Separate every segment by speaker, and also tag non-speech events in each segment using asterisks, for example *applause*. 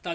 Speaker 1: 大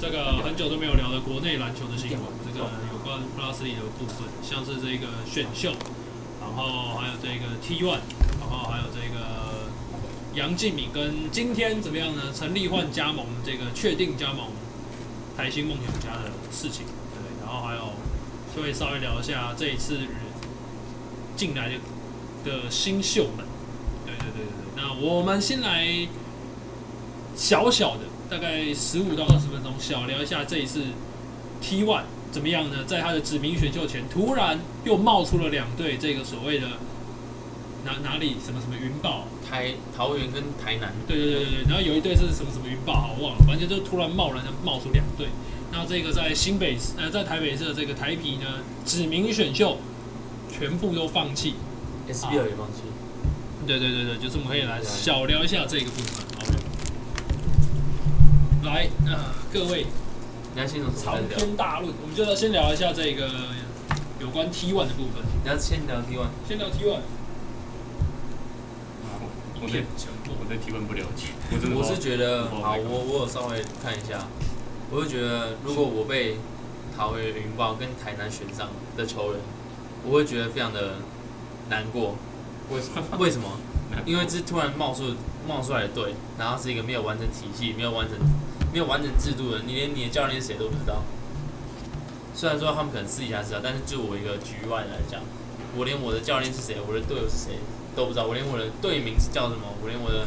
Speaker 1: 这个很久都没有聊的国内篮球的新闻，这个有关 Plus 里的部分，像是这个选秀，然后还有这个 T One，然后还有这个杨敬敏跟今天怎么样呢？陈立焕加盟这个确定加盟台新梦想家的事情，对，然后还有就会稍微聊一下这一次进来的的新秀们，对对对对对。那我们先来小小的，大概十五到二十分钟，小聊一下这一次 T One 怎么样呢？在他的指名选秀前，突然又冒出了两队这个所谓的哪哪里什么什么云豹，
Speaker 2: 台桃园跟台南，
Speaker 1: 对对对对对，然后有一队是什么什么云豹，我忘了，反正就突然贸然的冒出两队。那这个在新北市呃，在台北市的这个台皮呢，指名选秀全部都放弃。
Speaker 2: SBL 也放弃。
Speaker 1: 对对对对，就是我们可以来小聊一下这个部分。OK，来，那、各位
Speaker 2: 你要先从什么
Speaker 1: 长
Speaker 2: 开始聊？
Speaker 1: 篇大论，我们就要先聊一下这个有关 T one 的部分。
Speaker 2: 你要先聊 T one，
Speaker 1: 先聊 T one，
Speaker 3: 我
Speaker 1: 一片
Speaker 3: 对
Speaker 1: 沉默。
Speaker 3: 我对提问不了解，我真的
Speaker 2: 我是觉得
Speaker 3: 我
Speaker 2: 好，我我有稍微看一下，我就觉得如果我被桃园云豹跟台南选上的球员，我会觉得非常的难过。
Speaker 3: 为什么？
Speaker 2: 为
Speaker 3: *laughs*
Speaker 2: 什么？因为这突然冒出冒出来的队，然后是一个没有完成体系、没有完成、没有完整制度的，你连你的教练是谁都不知道。虽然说他们可能私底下知道，但是就我一个局外人来讲，我连我的教练是谁、我的队友是谁都不知道，我连我的队名是叫什么，我连我的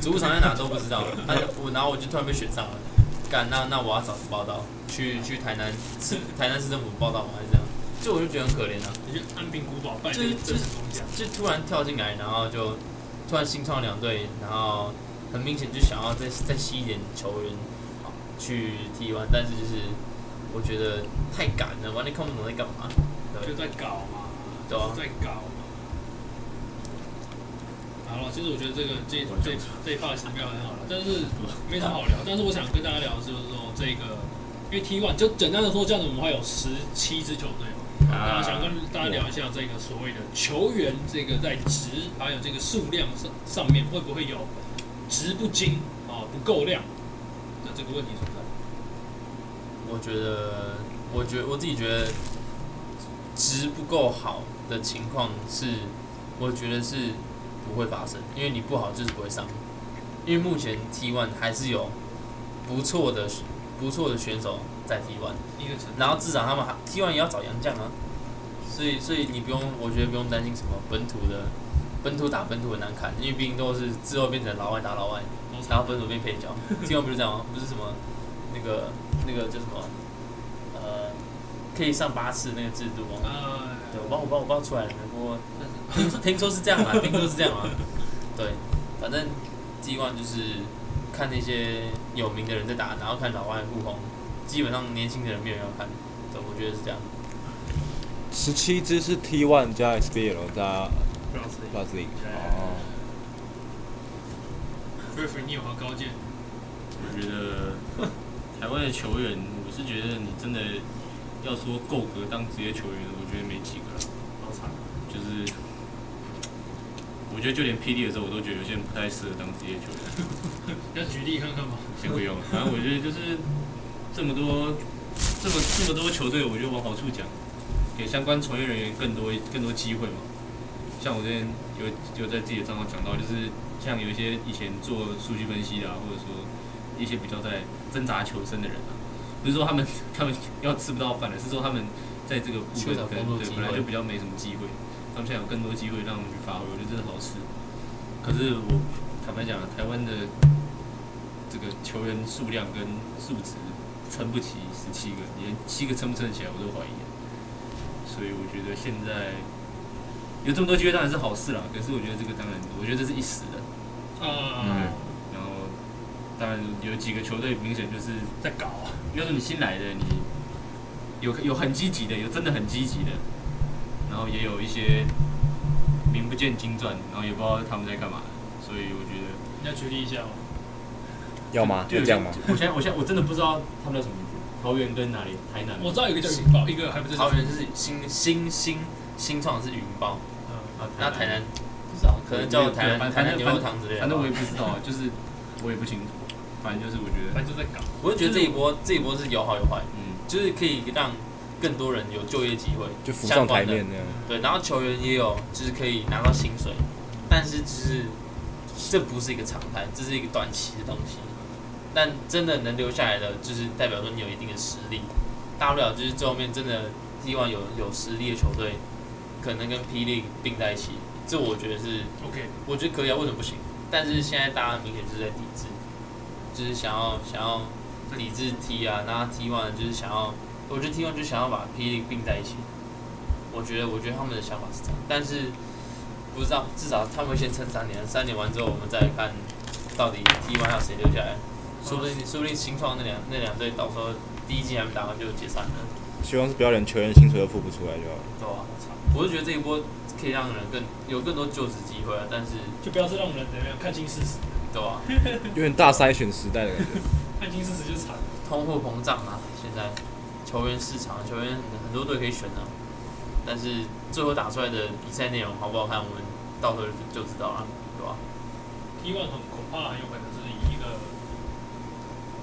Speaker 2: 主场在哪都不知 *laughs* 道。他就我，然后我就突然被选上了，干那那我要找报道，去去台南市台南市政府报道吗？还是这样？就我就觉得很可怜啊。
Speaker 1: 你就安平古堡拜
Speaker 2: 就是
Speaker 1: 年正式公家。
Speaker 2: 就突然跳进来，然后就突然新创两队，然后很明显就想要再再吸一点球员去 T 1但是就是我觉得太赶了，完全看不懂在干嘛。
Speaker 1: 就
Speaker 2: 对，
Speaker 1: 在搞嘛，
Speaker 2: 对啊
Speaker 1: 就是在搞嘛。好了，其实我觉得这个这
Speaker 3: 我
Speaker 1: 这这一 part 其实没有很好聊，但是没什么好聊。但是我想跟大家聊的是就是说这个，因为 T one 就简单的说，这样子我们会有十七支球队嘛。那想跟
Speaker 3: 啊
Speaker 1: 大家聊一下这个所谓的球员这个在值还有这个数量上上面会不会有值不精啊、不够量的这个问题存在？
Speaker 2: 我觉得，我觉我自己觉得值不够好的情况是，我觉得是不会发生，因为你不好就是不会上。因为目前 T 1还是有不错的不错的选手在 T 1
Speaker 1: 一个成
Speaker 2: 然后至少他们还 T1 也要找洋将啊，所以所以你不用，我觉得不用担心什么本土的本土打本土很难看，因为毕竟都是之后变成老外打老外，然后本土变配角。T1 不是这样哦吗？不是什么那个那个叫什么呃可以上八次那个制度哦吗？
Speaker 1: 呃，
Speaker 2: 对，我帮我帮我帮出来了，不 *laughs* 过
Speaker 1: 但是
Speaker 2: 听听说是这样啊，听说是这样 *laughs* 啊。对，反正 T one 就是看那些有名的人在打，然后看老外互轰，基本上年轻的人没有人要看。对，我觉得是这样。
Speaker 4: 十七支是 T one 加 SBL 加
Speaker 1: 不要吃
Speaker 4: Plus League
Speaker 1: 对
Speaker 4: 哦，
Speaker 1: Griffin，你有何高见？
Speaker 3: 我觉得台湾的球员，我是觉得你真的要说够格当职业球员，我觉得没几个了。
Speaker 1: 好惨。
Speaker 3: 就是我觉得就连 PD 的时候，我都觉得有些人不太适合当职业球员。
Speaker 1: 要举例看看吗？
Speaker 3: 先不用，反正我觉得就是这么多这么这么多球队，我觉得往好处讲，给相关从业人员更多更多机会嘛。像我之前有有在自己的账号讲到，就是像有一些以前做数据分析的、啊，或者说一些比较在挣扎求生的人啊，不是说他们他们要吃不到饭了，是说他们在这个部分
Speaker 2: 缺少
Speaker 3: 可能
Speaker 2: 工作
Speaker 3: 对
Speaker 2: 机
Speaker 3: 本来
Speaker 2: 会
Speaker 3: 就比较没什么机会，他们现在有更多机会让他们去发挥，我觉得这是好事。哦可是我坦白讲，啊台湾的这个球员数量跟数值撑不起十七个，连七个撑不撑得起来我都怀疑。所以我觉得现在有这么多机会当然是好事啦，可是我觉得这个当然，我觉得这是一时的。
Speaker 1: 啊，
Speaker 3: 然后当然有几个球队明显就是
Speaker 1: 在搞啊。
Speaker 3: 要是你新来的，你有有很积极的，有真的很积极的，然后也有一些名不见经传，然后也不知道他们在干嘛，所以我觉得
Speaker 1: 你要举例一下吗？哦
Speaker 5: 要吗？
Speaker 3: 就
Speaker 5: 要
Speaker 3: 有 *laughs*
Speaker 5: 这样吗？
Speaker 3: 就我现在我现在我真的不知道他们叫什么名字，桃园跟哪里？台南吗。
Speaker 1: 我知道有一个叫云豹，一个还不是
Speaker 2: 桃园就是新新新新创的是云豹，
Speaker 3: 啊
Speaker 2: 那台南不知道，可能叫台南
Speaker 3: 反
Speaker 2: 台
Speaker 3: 反
Speaker 2: 南
Speaker 3: 正
Speaker 2: 牛肉汤之类的吧。
Speaker 3: 反正我也不知道，就是我也不清楚，反正就是我觉得，
Speaker 1: 反正就在搞。
Speaker 2: 我就觉得这一波这一波是有好有坏，
Speaker 3: 嗯，
Speaker 2: 就是可以让更多人有就业机会，
Speaker 5: 就浮
Speaker 2: 相
Speaker 5: 上台
Speaker 2: 关的
Speaker 5: 面那样。
Speaker 2: 对，然后球员也有就是可以拿到薪水，但是就是这不是一个常态，这是一个短期的东西。但真的能留下来的，就是代表说你有一定的实力，大不了就是最后面真的希望有有实力的球队，可能跟霹雳并在一起，这我觉得是
Speaker 1: OK，
Speaker 2: 我觉得可以啊，为什么不行？但是现在大家明显就是在抵制，就是想要想要抵制 T 啊，然后 T one 就是想要，我觉得 T one 就想要把 P 雳并在一起。我觉得我觉得他们的想法是这样，但是不知道，至少他们会先撑三年，三年完之后我们再看到底 T one 还有谁留下来，说不定说不定新创那两那两队到时候第一季还没打完就解散了，
Speaker 5: 希望是不要连球员薪水都付不出来就好了。
Speaker 2: 对吧、我就觉得这一波可以让人更有更多就职机会啊，但是
Speaker 1: 就不要是让人怎么样看清事实，
Speaker 2: 对吧、
Speaker 5: 有点大筛选时代的感觉。
Speaker 1: 看清事实就惨了。
Speaker 2: 通货膨胀啊，现在球员市场，球员很多队可以选啊，但是最后打出来的比赛内容好不好看，我们到时候就知道了，对吧？
Speaker 1: T1 很恐怕很有可能是以一个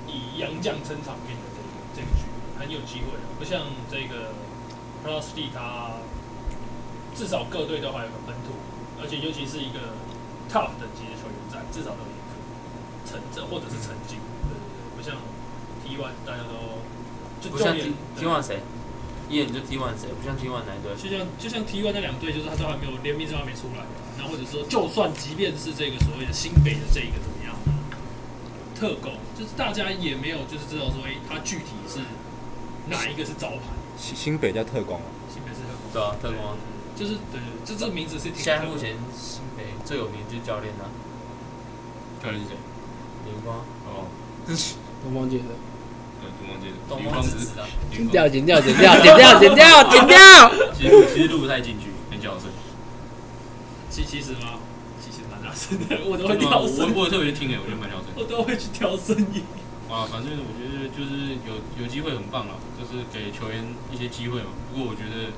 Speaker 1: 以洋将撑场面的这个这个局，很有机会的。不像这个 Plus D，它至少各队都还有个本土，而且尤其是一个 top 等级的球员在，至少都有一个成这或者是成绩，
Speaker 2: 嗯
Speaker 1: 对对对，不像 T1 大家都就
Speaker 2: 不像
Speaker 1: 就
Speaker 2: T
Speaker 1: 连
Speaker 2: T one 谁，一眼就 T one 谁，不像 T one 哪一队，
Speaker 1: 就像就像 T1 那两队，就是他都还没有连名字都还没出来，然后或者说，就算即便是这个所谓的新北的这一个怎么样特工，就是大家也没有就是知道说，哎、他具体是哪一个是招牌，
Speaker 5: 新新北叫特工啊，
Speaker 1: 新北是特工，
Speaker 2: 对吧、特工啊。
Speaker 1: 就是对对，对这这个名字是挺
Speaker 2: 现在目前新北最有名就是教练啊，
Speaker 3: 教练是谁？
Speaker 2: 林光，
Speaker 3: 哦，
Speaker 6: 我忘记了，
Speaker 3: 呃，我忘记了，
Speaker 2: 东
Speaker 3: 林
Speaker 2: 方
Speaker 3: 光
Speaker 2: 之
Speaker 3: 只是
Speaker 2: 子啊，
Speaker 6: 剪
Speaker 3: 林
Speaker 6: 掉，
Speaker 3: 光，
Speaker 6: 剪掉，剪掉，剪掉，剪掉，剪掉。
Speaker 3: 其实其实录不太进去，很小声。
Speaker 1: 其其实啊吗？其实蛮大声的，我都会
Speaker 3: 真的吗
Speaker 1: 挑
Speaker 3: 我
Speaker 1: 声，
Speaker 3: 啊我有特别听诶，欸我觉得蛮小声。
Speaker 1: 我都会去挑声音。
Speaker 3: 哇，反正我觉得就是有有机会很棒了，就是给球员一些机会嘛。不过我觉得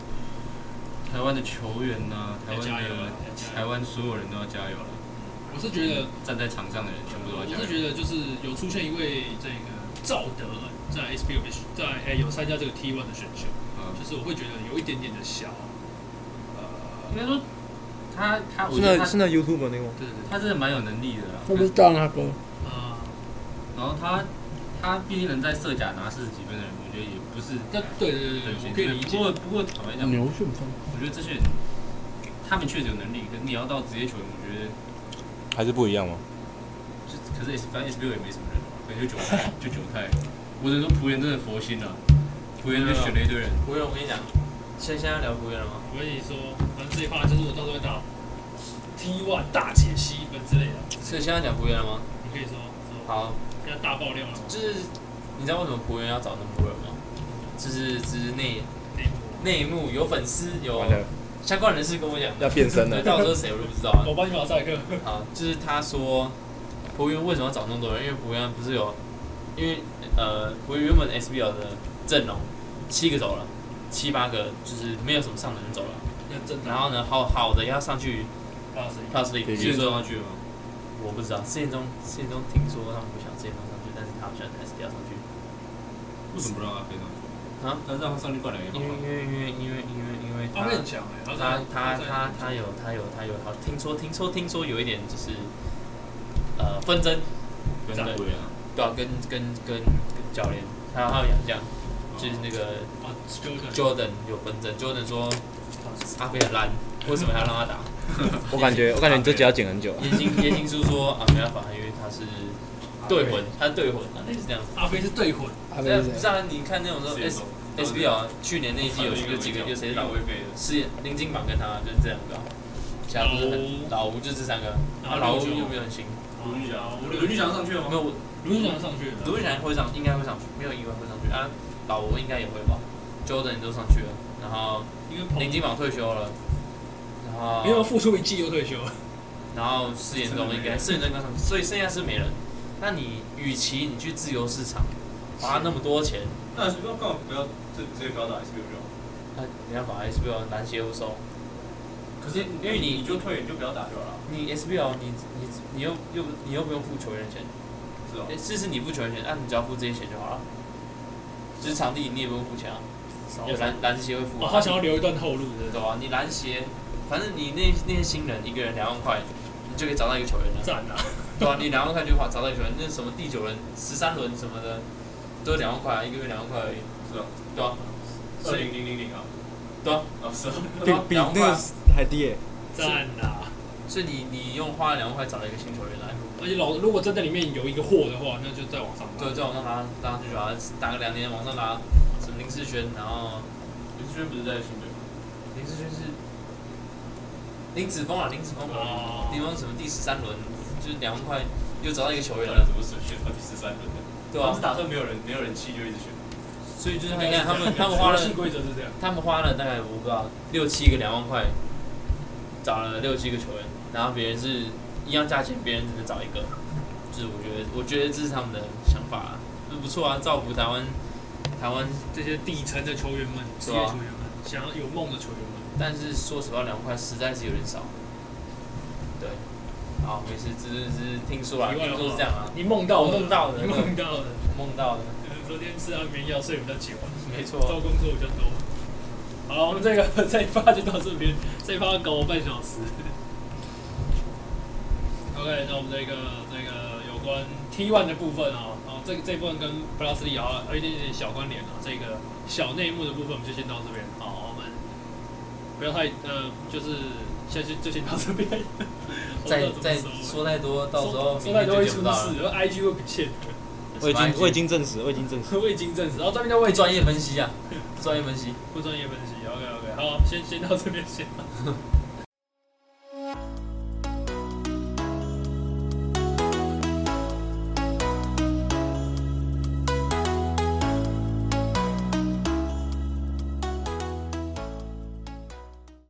Speaker 3: 台湾的球员呢、台湾
Speaker 1: 要加油啊
Speaker 3: 的
Speaker 1: 要加油
Speaker 3: 台湾所有人都要加油了，
Speaker 1: 我是觉得
Speaker 3: 站在场上的人全部都要
Speaker 1: 我
Speaker 3: 加
Speaker 1: 是
Speaker 3: 油。
Speaker 1: 觉得就是有出现一位这个赵德恩在 SBL 被选在哎、有参加这个 T1 的选秀，
Speaker 3: 嗯，
Speaker 1: 就是我会觉得有一点点的小，呃，
Speaker 3: 应该说他他我
Speaker 5: 是
Speaker 3: 觉得
Speaker 5: 那
Speaker 3: 他
Speaker 5: 是那 YouTube 那个吗？
Speaker 1: 对对对，
Speaker 3: 他真的蛮有能力的啦。
Speaker 6: 我不知道那个，
Speaker 1: 呃，
Speaker 3: 然后他他毕竟能在射甲拿四十几分的人，我觉得也不是
Speaker 1: 那对对对对，
Speaker 3: 很
Speaker 1: 我
Speaker 3: 显
Speaker 1: 可以
Speaker 3: 著的
Speaker 1: 理
Speaker 3: 不
Speaker 1: 解。
Speaker 3: 过不过坦白讲，
Speaker 6: 牛旋风，
Speaker 3: 我觉得这些人他们确实有能力，可是你要到职业球员，我觉得。
Speaker 5: 还是不一样吗？
Speaker 3: 就可是 S 反正 S 六也没什么人，可能就九泰，就九泰。我只能说璞园真的佛心啊，璞园就选了一堆人，
Speaker 2: 胡源，我跟你讲，现在现在聊胡源了吗？
Speaker 1: 我跟你说，反正这一趴就是我到时候会打 T one 大解析分之类的，
Speaker 2: 所以现在讲胡源了吗？
Speaker 1: 你可以说说
Speaker 2: 好，
Speaker 1: 要大爆料了，
Speaker 2: 就是你知道为什么胡源要找那么多人吗？就是就是内
Speaker 1: 内幕
Speaker 2: 内幕有粉丝有
Speaker 3: 哦
Speaker 5: 完了，
Speaker 2: 相关人士跟我讲，
Speaker 5: 要变
Speaker 3: *laughs*
Speaker 5: 身
Speaker 2: 那
Speaker 5: 了。
Speaker 2: 到时候谁我都不知道啊
Speaker 1: 我帮你马赛克，
Speaker 2: 好，就是他说，博云为什么要找那么多人？因为博云不是有，因为呃，博云原本 SBL 的阵容七个走了，七八个就是没有什么上的人走了，
Speaker 1: 认真
Speaker 2: 然后呢，好好的要上去
Speaker 1: 八十一，
Speaker 2: Plus
Speaker 5: 对
Speaker 2: League，
Speaker 5: 对
Speaker 3: 基
Speaker 2: 据
Speaker 3: 本上
Speaker 2: 说
Speaker 3: 上去了吗？
Speaker 2: 我不知道，四点钟四点钟听说他们不想四点钟上去，但是他好像还是要上去，
Speaker 3: 为什么不让阿飞上去？
Speaker 2: 啊，
Speaker 3: 但是让他上去灌两个
Speaker 2: 因为因为因为因为因为因为
Speaker 1: 阿
Speaker 2: 他
Speaker 1: 飞很强哎，
Speaker 2: 他他他他有他有他有好，听说听说听说有一点就是呃纷争。
Speaker 3: 跟大队啊，
Speaker 2: 对啊，跟跟跟跟教练，他还有杨绛，就是那个
Speaker 1: 啊，就
Speaker 2: Jordan 有纷争，Jordan 说阿飞很烂，为什么还要让他打？
Speaker 5: 我感觉我感觉你这集要剪
Speaker 2: *laughs*
Speaker 5: 很久。
Speaker 2: 叶金叶金书说啊，没办法，因为他是对魂，他是对魂啊，类似这样。
Speaker 1: 阿飞是对混，
Speaker 6: 阿
Speaker 2: 不
Speaker 6: 飞
Speaker 2: 是
Speaker 6: 是
Speaker 2: 不是
Speaker 6: 谁？
Speaker 2: 啊，你看那种说 S S B L 啊去年那一季有有几个有谁
Speaker 3: 打
Speaker 2: 打？
Speaker 3: 威飞的？
Speaker 2: 是林金榜跟他就是这两个啊，其他不是很老吴就这三个，然后老吴又没有很新，
Speaker 3: 卢俊祥，卢
Speaker 1: 卢
Speaker 3: 俊
Speaker 1: 俊
Speaker 3: 祥上去了
Speaker 2: 没
Speaker 3: 吗？
Speaker 2: 有
Speaker 1: 卢俊祥上去了，
Speaker 2: 卢俊祥会上，应该会上去，没有意外会上去啊。老吴应该也会吧， Jordan 都上去了，然后
Speaker 1: 因为彭
Speaker 2: 林金宝退休了，然后
Speaker 1: 没有付出一季就退休了，
Speaker 2: 然后四年中应该四年中应该上去，所以剩下是没人。那你与其你去自由市场花那么多钱，
Speaker 3: 那还是不要干嘛？不要直直接不要打 SBL 就好。
Speaker 2: 那你要把 SBL 篮协不收，
Speaker 3: 可是因为你你就退，你就不要打就好了，
Speaker 2: 你 SBL 你你你又又你又不用付球员钱，
Speaker 1: 哦
Speaker 3: 是吧？
Speaker 2: 诶是是你付球员钱，那、你只要付这些钱就好了。就是场地你也不用付钱啊，有篮篮协会付
Speaker 1: 哦
Speaker 2: 啊。，
Speaker 1: 他想要留一段后路，对不对？
Speaker 2: 对啊，你篮协，反正你那那些新人一个人两万块，你就可以找到一个球员了。
Speaker 1: 赞啊！
Speaker 2: 对啊，你两万块就花找到一个球员，那什么第九轮、十三轮什么的，都两万块啊，一个月两万块而已。
Speaker 3: 是啊，
Speaker 2: 对啊，
Speaker 3: 二
Speaker 2: 所以
Speaker 3: 零零零零啊，
Speaker 2: 对啊，
Speaker 3: 啊是啊，
Speaker 2: *laughs* 对
Speaker 5: 比
Speaker 2: 啊，
Speaker 5: 比
Speaker 2: 两
Speaker 5: 那
Speaker 2: 万块啊，
Speaker 5: 个还低耶。
Speaker 1: 赞啊！
Speaker 2: 所以你你用花了两万块找了一个新球员来，
Speaker 1: 而且老如果真的里面有一个货的话，那就再往上拉。
Speaker 2: 对，再往上拉，拉上去把他打个两年往上拉，什么林志轩，然后
Speaker 3: 林志轩不是在新北吗？
Speaker 2: 林志轩是林子峰啊，林子峰，
Speaker 1: 哦
Speaker 2: 林子峰什么第十三轮就是两万块又找到一个球员
Speaker 3: 到底
Speaker 2: 了，
Speaker 3: 怎么选选到第十三轮的？
Speaker 2: 对
Speaker 3: 他
Speaker 2: 啊
Speaker 3: 们是，打算没有人没有人气就一直选，
Speaker 2: 所以就是你看他们他们花
Speaker 1: 游
Speaker 2: 了
Speaker 1: 戏规则是这样，
Speaker 2: 他们花了大概我不知道六七个两万块，找了六七个球员，然后别人是一样价钱，别人只能找一个，就是我觉得我觉得这是他们的想法、啊，就不错啊，造福台湾台湾。
Speaker 1: 这些底层的球员们、职
Speaker 2: 是
Speaker 1: 业
Speaker 2: 啊
Speaker 1: 球员们、想要有梦的球员们，
Speaker 2: 但是说实话，两万块实在是有点少。对，好，没事，只是只是听说啊，
Speaker 1: 题外
Speaker 2: 听
Speaker 1: 话
Speaker 2: 说是这样啊，
Speaker 1: 你梦到的
Speaker 2: 我梦到的
Speaker 1: 你梦到的。
Speaker 2: 梦到的，
Speaker 1: 就是昨天吃安眠药睡比较久，
Speaker 2: 没
Speaker 1: 招
Speaker 2: 错，
Speaker 1: 工作比较多。好了，我
Speaker 2: 嗯
Speaker 1: 们这个 *laughs* 这一趴就到这边，这一趴搞我半小时。OK，那我们这个这个有关 T one 的部分啊，哦，这个这部分跟 Plus 里啊有一点点小关联啊，这个小内幕的部分我们就先到这边。好，我们不要太呃，就是先就就先到这边。 *laughs* 我不知
Speaker 2: 再
Speaker 1: 道怎么
Speaker 2: 再
Speaker 1: 收尾
Speaker 2: 说太多，到时候
Speaker 1: 说
Speaker 2: 明
Speaker 1: 太
Speaker 2: 天
Speaker 1: 多
Speaker 2: 就
Speaker 1: 会
Speaker 2: 见
Speaker 1: 出
Speaker 2: 不到了
Speaker 1: 事，。然后 IG 会不见 *laughs* 的，
Speaker 5: 我已
Speaker 2: 什么
Speaker 5: 经我已经证实，我已经证实。
Speaker 1: 我已经证实，然后这边叫魏
Speaker 2: 会专业分析啊，专业分析。
Speaker 1: 不专业分析，OK OK，好，先先到这边先。